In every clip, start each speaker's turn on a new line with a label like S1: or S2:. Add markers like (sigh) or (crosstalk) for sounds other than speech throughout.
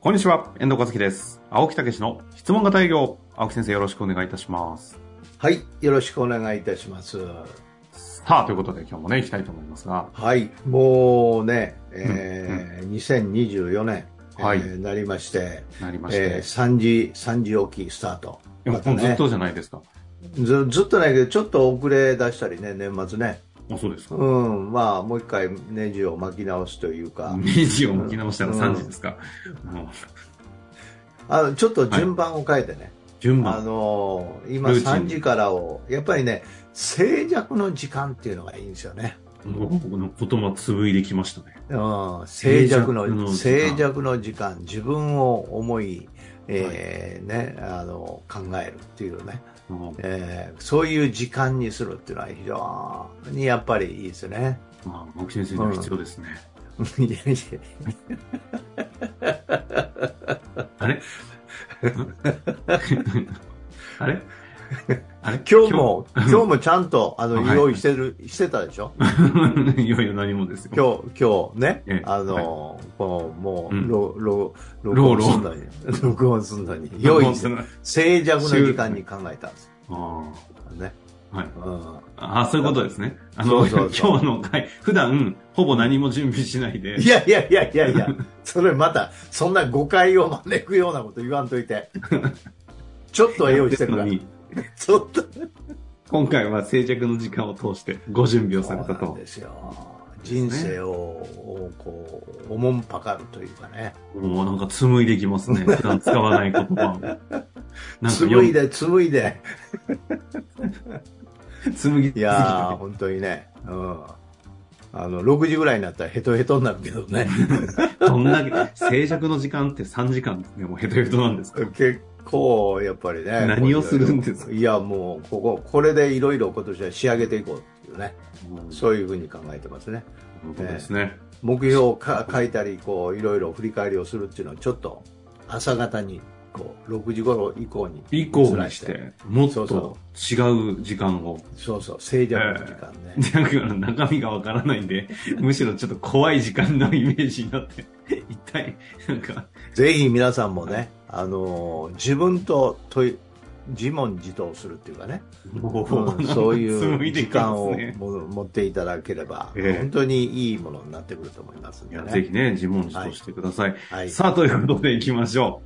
S1: こんにちは、遠藤和樹です。青木武の質問型営業。青木先生よろしくお願いいたします。
S2: はい、よろしくお願いいたします。
S1: さあ、ということで今日もね、行きたいと思いますが。
S2: はい、もうね、えー2024年、
S1: はい
S2: えーなりまして、
S1: なりまして。
S2: えー3時、3時起きスタート。
S1: いや
S2: また
S1: もうずっ
S2: ね、
S1: とじゃないですか。
S2: ずずっとないけど、ちょっと遅れ出したりね、年末ね。
S1: あ、そうですか。
S2: うん、まあ、もう一回ネジを巻き直すというか、
S1: 2時を向き直したら
S2: うん
S1: 3時ですか。うん
S2: あのちょっと順番を変えてね、
S1: 順
S2: あ
S1: 番。
S2: のー今
S1: ルーチン
S2: 3時からを、やっぱりね、静寂の時間っていうのがいいんですよね。
S1: もう僕の言葉つぶいできましたね。
S2: うん静寂の
S1: 静
S2: 静
S1: 寂の時間
S2: 寂の時間自分を思い、えーね、あの考えるっていうね、
S1: うん
S2: えーそういう時間にするっていうのは非常にやっぱりいいですね。 (laughs)
S1: まあ、青木先生には必要ですね。
S2: いやいや
S1: あ
S2: (laughs)
S1: れあれあれ
S2: 今日も今日もちゃんとあの、
S1: はい
S2: 用意して (laughs) るしてたでしょ
S1: 今日 (laughs) いよいよ何もですよ。
S2: 今日今日 (laughs) ね、
S1: ええ
S2: あのこのもう、
S1: うん
S2: ろろ録音するのに (laughs) 録音するのに用意して
S1: あ
S2: 静寂の時間に考えたんです
S1: あ
S2: よね。
S1: ー。はい。
S2: うん
S1: あそういうことですね。あの、
S2: そうそうそう
S1: 今日の回、普段、ほぼ何も準備しないで。
S2: (laughs) いやいやいやいやいや、それまた、そんな誤解を招くようなこと言わんといて。ちょっとは用意してるか
S1: の
S2: ら。
S1: に、
S2: ちょっと。
S1: 今回は静寂の時間を通してご準備をされた
S2: そうなん
S1: と。
S2: ですよ。人生を、をこう、おもんぱかるというかね。
S1: もうなんか紡いできますね。普段使わない言葉を。なんか
S2: 紡い
S1: で。
S2: で、紡いで。
S1: 紡ぎ
S2: いや (laughs) ー、本当にね。うん。あの、6時ぐらいになったらヘトヘトになるけど (laughs) ね。
S1: どんだけ、静寂の時間って3時間でもうヘトヘトなんですか
S2: 結構、やっぱりね。
S1: 何をするんですか
S2: いや、もう、ここ、これでいろいろ今年は仕上げていこうっていうね。そういうふうに考えてますね。
S1: うんそうですね。
S2: 目標をか書いたりこういろいろ振り返りをするっていうのはちょっと朝方にこう6時頃以降に
S1: 以降にし
S2: ずら
S1: て、もっ
S2: そう
S1: と
S2: そ
S1: 違う時間を。
S2: そうそう静寂の時間ね、
S1: (laughs) ジャンクの中身がわからないんで、むしろちょっと怖い時間のイメージになって、一体、なんか、
S2: (laughs) ぜひ皆さんもね、あのー自分と問い自問自答するっていうかね、
S1: (laughs) も
S2: うんそういう時間を
S1: い
S2: も持っていただければ、
S1: ええ
S2: 本当にいいものになってくると思いますんで
S1: や、
S2: ね。
S1: ぜひね、自問自答してください。
S2: はい。
S1: さあ、ということで行きましょう。
S2: はい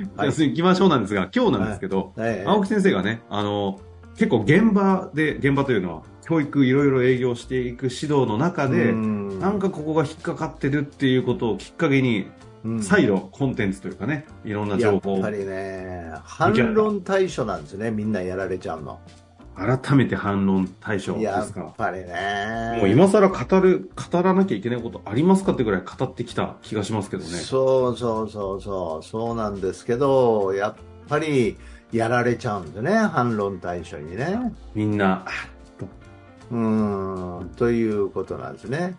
S1: じゃあ行きましょうなんですが、今日なんですけど、
S2: ええ
S1: 青木先生がね、あの、結構現場で、現場というのは、教育いろいろ営業していく指導の中で、
S2: うん
S1: なんかここが引っかかってるっていうことをきっかけに、
S2: うん
S1: 再度コンテンツというかね、いろんな
S2: や
S1: 情
S2: っ
S1: 報を
S2: ぱりね、反論対処なんですね、みんなやられちゃうの。
S1: 改めて反論対象で
S2: や
S1: す
S2: っ
S1: か
S2: ぱりね
S1: ら。もう今更語る、語らなきゃいけないことありますかってぐらい語ってきた気がしますけどね。
S2: そうそうそうそうそうなんですけどやっぱりやられちゃうんでね反論対象にね
S1: みんな、あ
S2: うーんということなんですね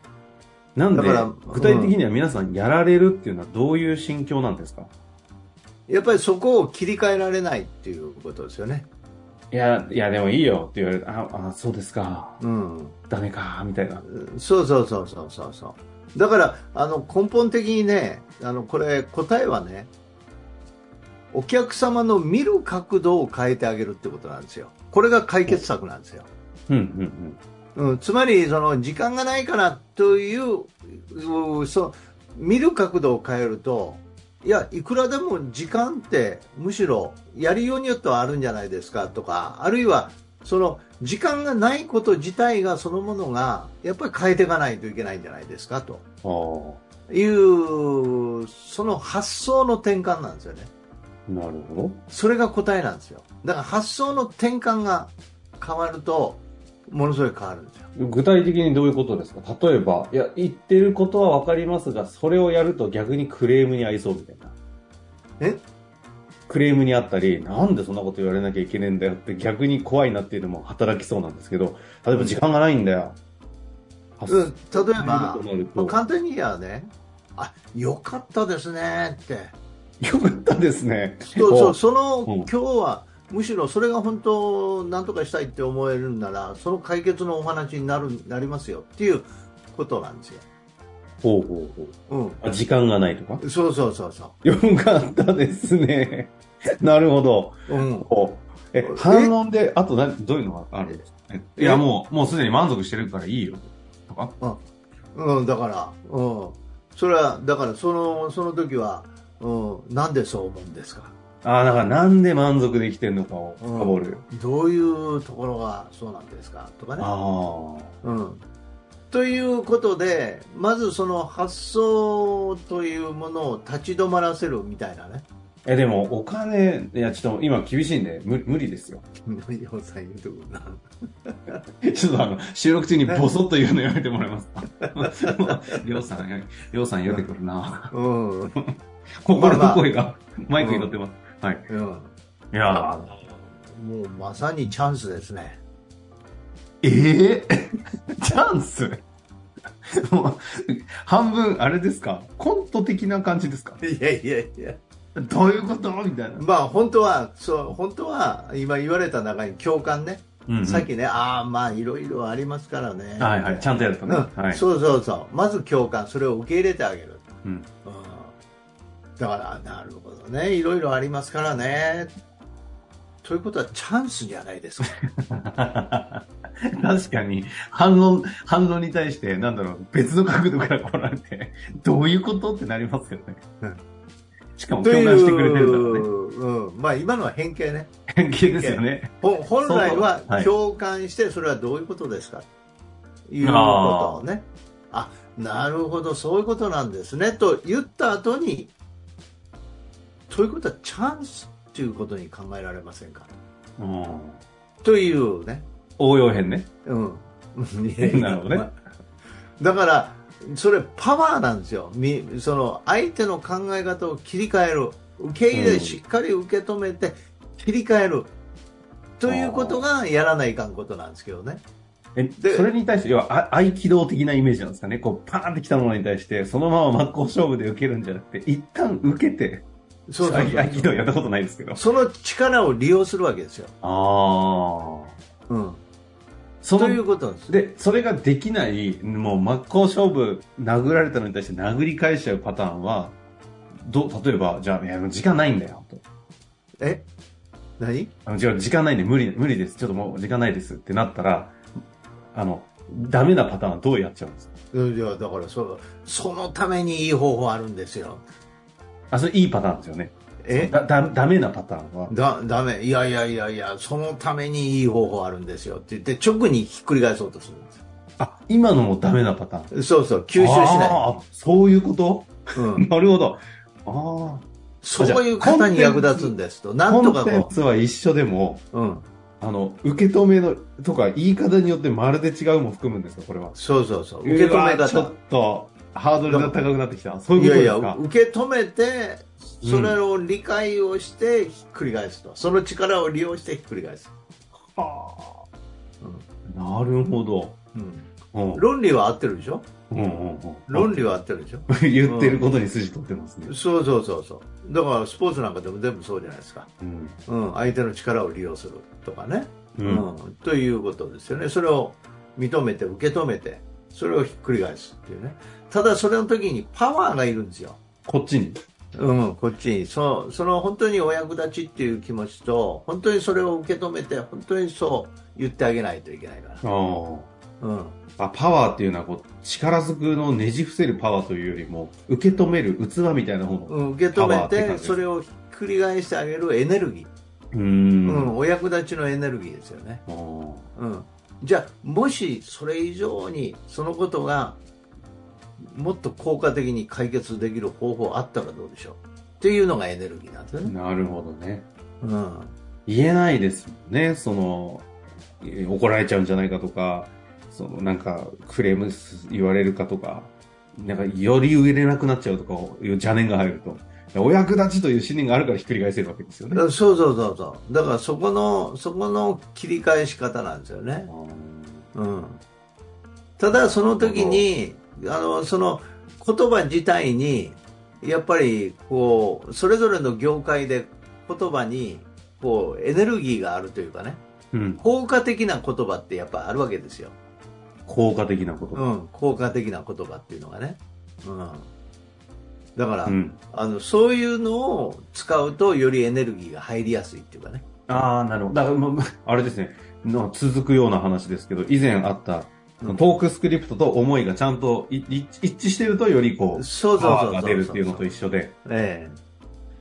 S1: なんで
S2: だから、
S1: 具体的には皆さんやられるっていうのはどういう心境なんですか
S2: やっぱりそこを切り替えられないっていうことですよね
S1: いや、いやでもいいよって言われて、あ、あ、そうですか。
S2: うん
S1: ダメか、みたいな。
S2: そうそうそうそうそうそうだからあの根本的にねあのこれ答えはねお客様の見る角度を変えてあげるってことなんですよこれが解決策なんですよ
S1: うん、うん、
S2: うん、つまりその時間がないからといううんそう見る角度を変えるといやいくらでも時間ってむしろやりようによってはあるんじゃないですかとかあるいはその時間がないこと自体がそのものがやっぱり変えていかないといけないんじゃないですかと
S1: うん。あ
S2: いうその発想の転換なんですよね
S1: あ、なるほ
S2: それが答えなんですよだから発想の転換が変わるとものすごい変わるんですよ
S1: ど。具体的にどういうことですか例えば、いや、言ってることはわかりますが、それをやると逆にクレームに合いそうみたいな。
S2: え
S1: クレームにあったり、なんでそんなこと言われなきゃいけねえんだよって逆に怖いなっていうのも働きそうなんですけど、例えば時間がないんだよ。
S2: うん、
S1: 発
S2: 例えば
S1: そうなる、と
S2: まあ、簡単に言えばね、あよかったですねって、
S1: よかったですね。
S2: そうそうその、
S1: うん
S2: 今日はむしろそれが本当、なんとかしたいって思えるんなら、その解決のお話になるなりますよっていうことなんですよ。
S1: ほうほうほう。
S2: うん。
S1: あ、時間がないとか
S2: そうそうそうそ
S1: よかったですね。なるほど。
S2: う。うん。
S1: ほうえ、反論で、あと何、どういうのがあるんですかえいや、もう、もうすでに満足してるからいいよ。とか
S2: うん、だから、うん。それは、だから、その、その時は、うん、なんでそう思うんですか
S1: ああ、だからなんで満足できてんのかを深掘る。
S2: どういうところがそうなんですかとかね。
S1: あ
S2: うん、ということでまずその発想というものを立ち止まらせるみたいなね
S1: あ。え、でも、お金、いや、ちょっと今厳しいんで、無無理ですよ。 (laughs)
S2: 森尾さん言うとこな
S1: ちょっとあの、収録中にボソッと言うのやめてもらえますか (laughs) りょうさん、りょうさん言うてくるな。
S2: うん、うん、
S1: 心の声が、マイクに乗ってます。はい。
S2: も
S1: いやー
S2: うまさにチャンスですね
S1: ええ (laughs) チャンスもう、半分、あれですかコント的な感じですか
S2: いやいやいや
S1: どういうことみたいな。
S2: まあ本当はそう本当は今言われた中に共感ね、
S1: うんうん
S2: さっきねああまあいろいろありますからね
S1: はいはい、ちゃんとやるとね。
S2: うん
S1: はい。
S2: そうそうそうまず共感それを受け入れてあげる
S1: うん
S2: うんだからなるほどねいろいろありますからねということはチャンスじゃないですか
S1: 確かに、反論、反論に対して、なんだろう、別の角度から来られて、どういうことってなりますよね。
S2: うん
S1: し (laughs) かも
S2: と
S1: 共
S2: いう
S1: 感してくれてるからね。
S2: うんまあ、今のは偏見ね
S1: (laughs) 偏見ですよね。
S2: ほ本来は
S1: そうはい
S2: 共感してそれはどういうことですかいうことをねあなるほどそういうことなんですねと言った後にということはチャンスということに考えられませんか
S1: うん
S2: というね
S1: 応用編ね。
S2: うん。
S1: (laughs) なるほどね
S2: まあだから、それパワーなんですよ。みその相手の考え方を切り替える。受け入
S1: う
S2: れ、
S1: ん
S2: しっかり受け止めて、切り替える。ということがやらないかんことなんですけどね。
S1: え、
S2: で
S1: それに対して、要は、あ合気道的なイメージなんですかね。こう、パーンってきたものに対して、そのまま真っ向勝負で受けるんじゃなくて、一旦受けて、
S2: そうそうそう
S1: 合気道やったことないですけど。あ
S2: その力を利用するわけですよ。
S1: あ。
S2: うん。
S1: そ
S2: と
S1: の
S2: いうことです。
S1: で、それができない、もう真っ向勝負、殴られたのに対して殴り返しちゃうパターンは、どう例えば、じゃあ、いや、もう時間ないんだよ、と。
S2: え何
S1: あの、違う、時間ないんで無理、無理です。ちょっともう時間ないですってなったら、あの、ダメなパターンはどうやっちゃうんですか
S2: うんいやだからそ、そのためにいい方法あるんですよ。
S1: あ、それいいパターンですよね。
S2: え
S1: だ、だ、ダメなパターンは。
S2: だ、ダメ。いやいやいやいや、そのためにいい方法あるんですよって言って、直にひっくり返そうとするんです
S1: あ、今のもダメなパターン。
S2: よ。そうそう、吸収しない。
S1: あーそういうこと
S2: うん、
S1: なるほど。あ
S2: そういう方に役立つんですと。
S1: あ。
S2: な
S1: コ
S2: んと
S1: ン
S2: か
S1: テン
S2: こ
S1: ツは一緒でも、
S2: う。うん。
S1: あの、受け止めの、とか言い方によってまるで違うも含むんですか、これは。
S2: そうそうそう。受け止め
S1: うわちょ
S2: 方
S1: っ。と、ハードルが高くなってきた。そう
S2: い
S1: いうこ
S2: や
S1: とで
S2: い
S1: す
S2: や、
S1: か
S2: 受け止めて、それを理解をしてひっくり返すと。その力を利用してひっくり返す。
S1: はあなるほど。
S2: うん。
S1: うん。うん
S2: 論理は合ってるでしょ
S1: うんうん。
S2: 論理は合ってるでしょ
S1: (laughs) 言ってることに筋取ってますね。
S2: そうそうそうそう。だからスポーツなんかでも全部そうじゃないですか。
S1: うん。
S2: うん、相手の力を利用するとかね、
S1: う。
S2: うんんということですよねそれを認めて受け止めてそれをひっくり返すっていうねただそれの時にパワーがいるんですよ、
S1: こっちに。
S2: うん、こっちにそその本当にお役立ちっていう気持ちと本当にそれを受け止めて本当にそう言ってあげないといけないから、
S1: あ
S2: うん、
S1: あ。あ、パワーっていうのは、こう、力ずくのねじ伏せるパワーというよりも、受け止める器みたいな方の。
S2: うん受け止
S1: パワー
S2: め
S1: って感じで
S2: て
S1: す
S2: それをひっくり返してあげるエネルギー、
S1: う
S2: うん
S1: ん。あ
S2: お役立ちのエネルギーですよね
S1: ー
S2: うん、じゃあもしそれ以上にそのことがもっと効果的に解決できる方法あったらどうでしょうっていうのがエネルギーなんですよね、
S1: なるほどね。
S2: うん
S1: 言えないですもんね、その、えー怒られちゃうんじゃないかとか、そのなんかクレームす言われるかとか、なんかより売れなくなっちゃうとかいう邪念が入ると、お役立ちという信念があるからひっくり返せるわけですよ
S2: だ
S1: ね。
S2: からそうそうそうそうだからそこのそこの切り返し方なんですよね、うん、ただその時にあのその言葉自体にやっぱりこうそれぞれの業界で言葉にこうエネルギーがあるというかね
S1: うん、
S2: 効果的な言葉ってやっぱあるわけですよ、
S1: 効果的なこと。
S2: うん、効果的な言葉っていうのがね、うん、だから、
S1: うん。
S2: あのそういうのを使うとよりエネルギーが入りやすいっていうかね
S1: ああ、なるほど。だから、ままあれですね。の続くような話ですけど、以前あった、
S2: うん
S1: トークスクリプトと思いがちゃんといい一致してると、よりこう、
S2: そうそう
S1: パ
S2: そうそ
S1: ワ
S2: う
S1: ーが出るっていうのと一緒で、
S2: え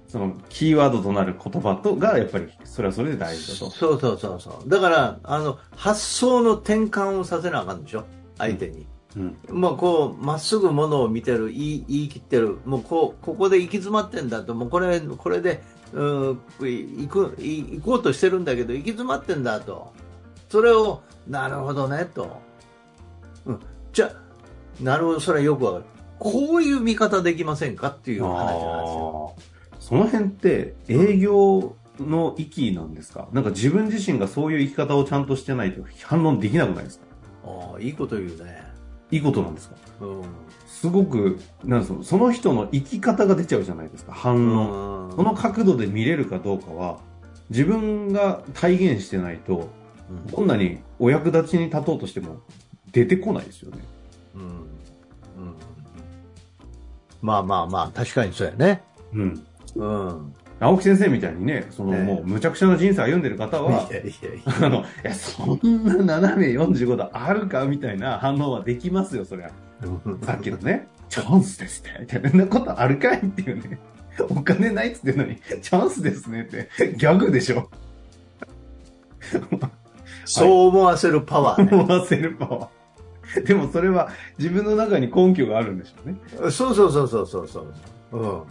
S1: その、キーワードとなる言葉とが、やっぱり、それはそれで大
S2: え
S1: 事だと。
S2: そうそうそうそうだからあの発想の転換をさせなあかんでしょ相手に、
S1: うん。
S2: もうこうまっすぐものを見てる言い言い切ってるもうこうここで行き詰まってんだともうこれこれでうん行くい行こうとしてるんだけど行き詰まってんだとそれをなるほどねと、うん、じゃあなるほどそれはよくわかるこういう見方できませんかっていう話なんですよ
S1: あーその辺って、営業の域なんですかなんか自分自身がそういう生き方をちゃんとしてないと反論できなくないですか
S2: ああいいこと言うね
S1: いいことなんですか
S2: うん
S1: すごく、なんそのその人の生き方が出ちゃうじゃないですか、反論。
S2: うん
S1: その角度で見れるかどうかは、自分が体現してないと、
S2: うん
S1: どんなにお役立ちに立とうとしても、出てこないですよね。
S2: うんうんまあまあまあ確かにそうやね
S1: うん。
S2: うん
S1: 青木先生みたいにね、その、
S2: ええ
S1: もう、むちゃくちゃな人生歩んでる方は、
S2: いやいやいや
S1: あの、いや、そんな斜め45度あるかみたいな反応はできますよ、そりゃ。さっきのね、チャンスですね。みたいなそんなことあるかいっていうね。お金ないっつってんのに、チャンスですねって、ギャグでしょ。
S2: そう思わせるパワーね。
S1: 思わせるパワー。でもそれは自分の中に根拠があるんでしょうね。
S2: (laughs) そうそうそうそうそうそう。うん。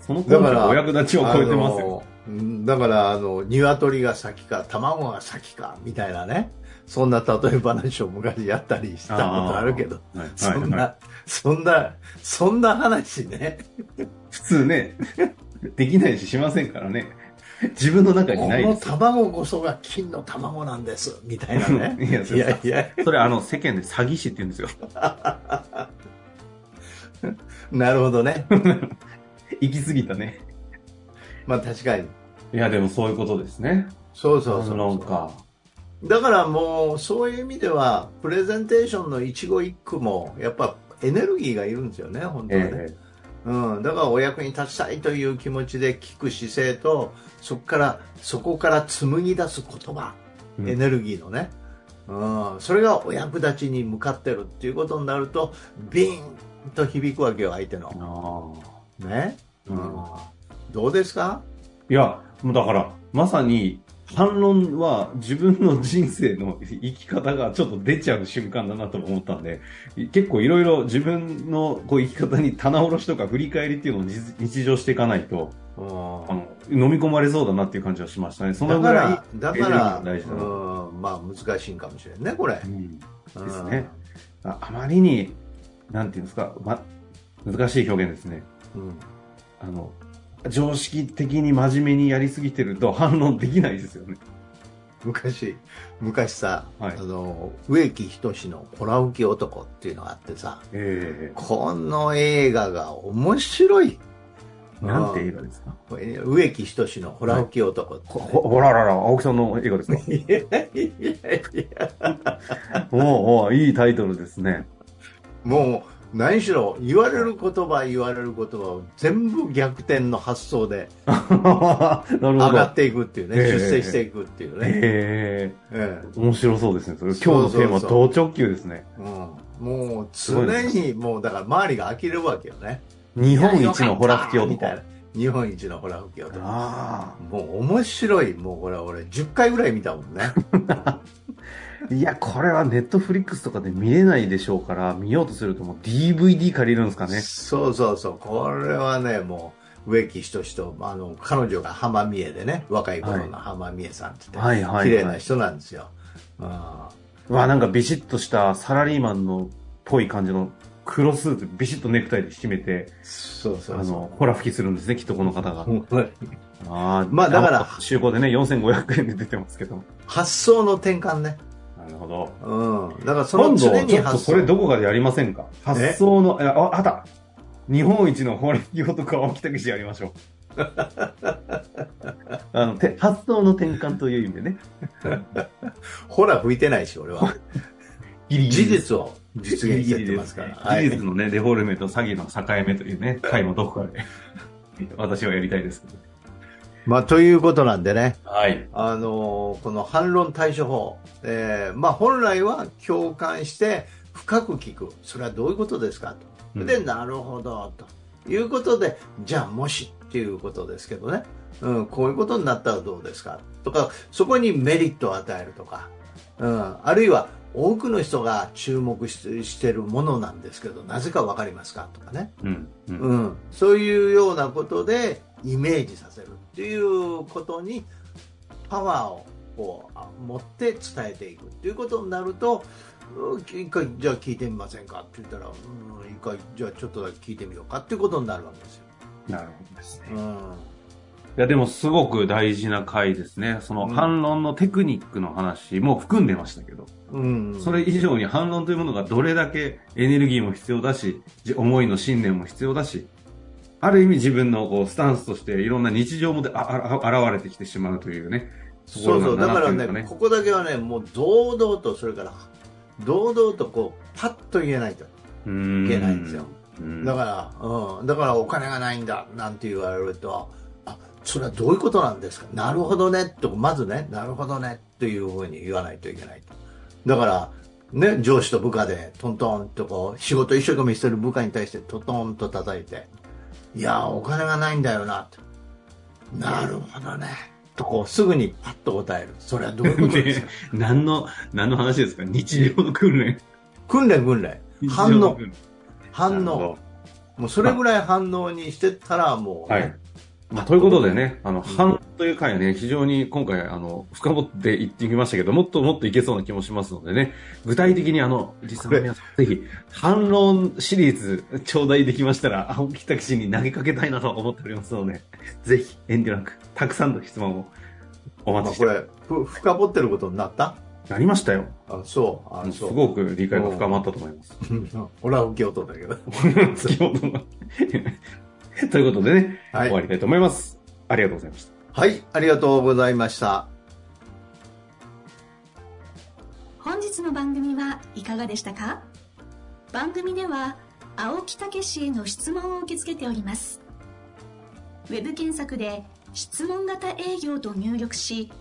S1: その根拠がお役立ちを超えてますよ。
S2: あのうんだから、あの、鶏が先か、卵が先か、みたいなね。そんな例え話を昔やったりしたことあるけど、
S1: はい
S2: そんな、
S1: はいはい
S2: そんな、そんな話ね。
S1: 普通ね、 (laughs) できないししませんからね。自分の中
S2: こ
S1: にないで
S2: の
S1: す。
S2: 卵こそが金の卵なんです、みたいなね。
S1: いやそ
S2: (laughs) いうやいや、
S1: それあの世間で詐欺師って言うんですよ。
S2: なるほどね。
S1: 行き過ぎたね。
S2: まあ確かに。
S1: いやでもそういうことですね。
S2: そうそうそうそう。
S1: なんか。
S2: だからもうそういう意味ではプレゼンテーションの一期一句もやっぱエネルギーがいるんですよね本当はね、
S1: え
S2: うん、だからお役に立ちたいという気持ちで聞く姿勢とそこからそこから紡ぎ出す言葉、
S1: うん
S2: エネルギーのね、うん、それがお役立ちに向かってるっていうことになるとビーンと響くわけよ相手の
S1: えああ。
S2: ね、う
S1: うん
S2: ん、どうですか
S1: いや、もうだから、まさに、反論は自分の人生の生き方がちょっと出ちゃう瞬間だなと思ったんで、い結構いろいろ自分のこう生き方に棚卸しとか振り返りっていうのを日日常していかないと、
S2: うん
S1: あの、飲み込まれそうだなっていう感じはしましたね。そ
S2: だ
S1: の
S2: か
S1: ぐらい
S2: ら、だ
S1: エネル
S2: から、
S1: ギーが大事だな
S2: うん、まあ難しいんかもしれんね、これ。
S1: うん
S2: うん
S1: ですね。ああまりに、なんていうんですか、ま、難しい表現ですね。
S2: うん
S1: あの、常識的に真面目にやりすぎてると反論できないですよね。
S2: 昔、昔さ、
S1: はい
S2: あの、植木仁のコラウキ男っていうのがあってさ、
S1: え
S2: この映画が面白い。
S1: なんて映画ですか
S2: 植木仁のホラウキ男って
S1: ほ、ほほららら、青木さんの映画ですか
S2: いやいやいや
S1: おうおういいタイトルですね。 (laughs)
S2: もう、何しろ、言われる言葉、言われる言葉を全部逆転の発想で
S1: なるほ
S2: 上がっ
S1: ど。
S2: ていくっていうね、
S1: ええ
S2: 出世していくっていうね。
S1: え
S2: ええ
S1: え面白そうですね。それ今日のテーマ、
S2: そうそ
S1: 同直球ですね。
S2: うん、もう
S1: すごい
S2: 常
S1: ね
S2: にもうだから周りが呆れるわけよね
S1: 日本一のホラ吹き
S2: み
S1: 男。
S2: たい
S1: あ
S2: な日本一のホラ吹き男
S1: あ
S2: もう面白いもうこれ俺10回ぐらい見たもん
S1: (laughs)
S2: ね
S1: ー。いや、これはネットフリックスとかで見れないでしょうから、見ようとするともう DVD 借りるんですかね。
S2: そうそうそうこれはねもう植木仁とあの彼女が浜見えでね若い頃の浜見えさんって言って、
S1: はいはい
S2: 綺麗
S1: は。
S2: ない人なんですよ、うん
S1: わあ、なんかビシッとしたサラリーマンのっぽい感じの黒スーツ、ビシッとネクタイで締めて、
S2: そうそ
S1: あ
S2: うそう
S1: の、ホラ吹きするんですね、きっとこの方が。あー
S2: まあだから
S1: 中古でね、4500円で出てますけど。
S2: 発想の転換ね、
S1: なるほど。
S2: うん、だからそ
S1: 今
S2: の
S1: 度、ち
S2: 常に
S1: ょっと
S2: 発
S1: それ
S2: 想
S1: どこかでやりませんか発想の、いやあ、あった日本一の法律用とか青木武やりま
S2: (laughs)
S1: しょう。あの、て発想の転換という意味でね。 (laughs)
S2: ほら吹いてないし俺は
S1: ギリギリ
S2: 事
S1: です
S2: 実を実現してやってますから。は
S1: 技
S2: い
S1: 術のね、デフォルメと詐欺の境目というね、回もどこかで、私はやりたいですけど。
S2: まあ、ということなんでね、
S1: はい。
S2: あのーこの反論対処法、えーまあ、本来は共感して深く聞く。それはどういうことですかと。で、
S1: うん
S2: なるほど、ということで、じゃあもしっていうことですけどね、うん、こういうことになったらどうですかとか、そこにメリットを与えるとか、うん、あるいは多くの人が注目ししてるものなんですけど、なぜかわかりますかとかね。
S1: うん。うん。
S2: うん、そういうようなことでイメージさせるっていうことにパワーをこうあ持って伝えていくっていうことになるとうん一回じゃあ聞いてみませんかって言ったらうん一回じゃあちょっとだけ聞いてみようかっていうことになるわけですよ。
S1: なるほどですね。
S2: うん
S1: いや、でもすごく大事な回ですね。その
S2: うん
S1: 反論のテクニックの話も含んでましたけど、
S2: うん、
S1: それ以上に反論というものがどれだけエネルギーも必要だし、じ思いの信念も必要だし、ある意味自分のこうスタンスとしていろんな日常もであああ現れてきてしまうというね。とこ
S2: そ
S1: ろ
S2: うそう
S1: なん
S2: だ
S1: な
S2: から
S1: とい
S2: ね
S1: う
S2: ここだけはねもう堂々とそれから堂々とこうパッと言えないと
S1: うん
S2: いけないんですよ。
S1: うん
S2: だから、うん、だからお金がないんだなんて言われると、あそれはどういうことなんですか、なるほどねと、まずね、なるほどねというふうに言わないといけないと。だから、ね、上司と部下でトントンとこう、仕事一生懸命してる部下に対してトントンと叩いて、いや、お金がないんだよなと、なるほどねとこう、すぐにパッと答える、それはどういうことです
S1: で (laughs)
S2: か、、
S1: 何の、何の話ですか日常の訓練。
S2: 訓練、訓練、
S1: (laughs) 日
S2: 反
S1: 常の
S2: 応
S1: 訓練、
S2: 反
S1: なるほ
S2: 応
S1: ど、
S2: もうそれぐらい反応にしてったら、もうね、
S1: はい。まあ、ということでね、あの、反応という回はね、非常に今回、あの、深掘っていってきましたけど、もっともっといけそうな気もしますのでね、具体的にあの、実際の皆さん、ぜひ、反論シリーズ、頂戴できましたら、青木拓司に投げかけたいなと思っておりますので、ぜひ、遠慮なく、たくさんの質問をお
S2: ま
S1: 待
S2: あ
S1: ちし
S2: こ
S1: て、
S2: れふ深掘ってることになった
S1: なりましたよ。
S2: あそうあ
S1: す
S2: そう (laughs)
S1: ごく理解が深まったと思います。
S2: うん俺は受け音だけど
S1: (laughs) 月本のということでね、
S2: はい
S1: 終わりたいと思います。ありがとうございました。
S2: はいありがとうございました
S3: 本日の番組はいかがでしたか番組では青木武氏への質問を受け付けておりますウェブ検索で「質問型営業」と入力し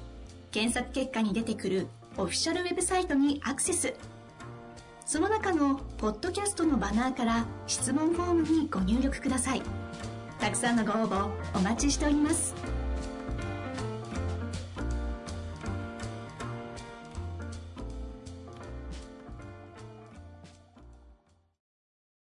S3: 検索結果に出てくるオフィシャルウェブサイトにアクセスその中のポッドキャストのバナーから質問フォームにご入力くださいたくさんのご応募お待ちしております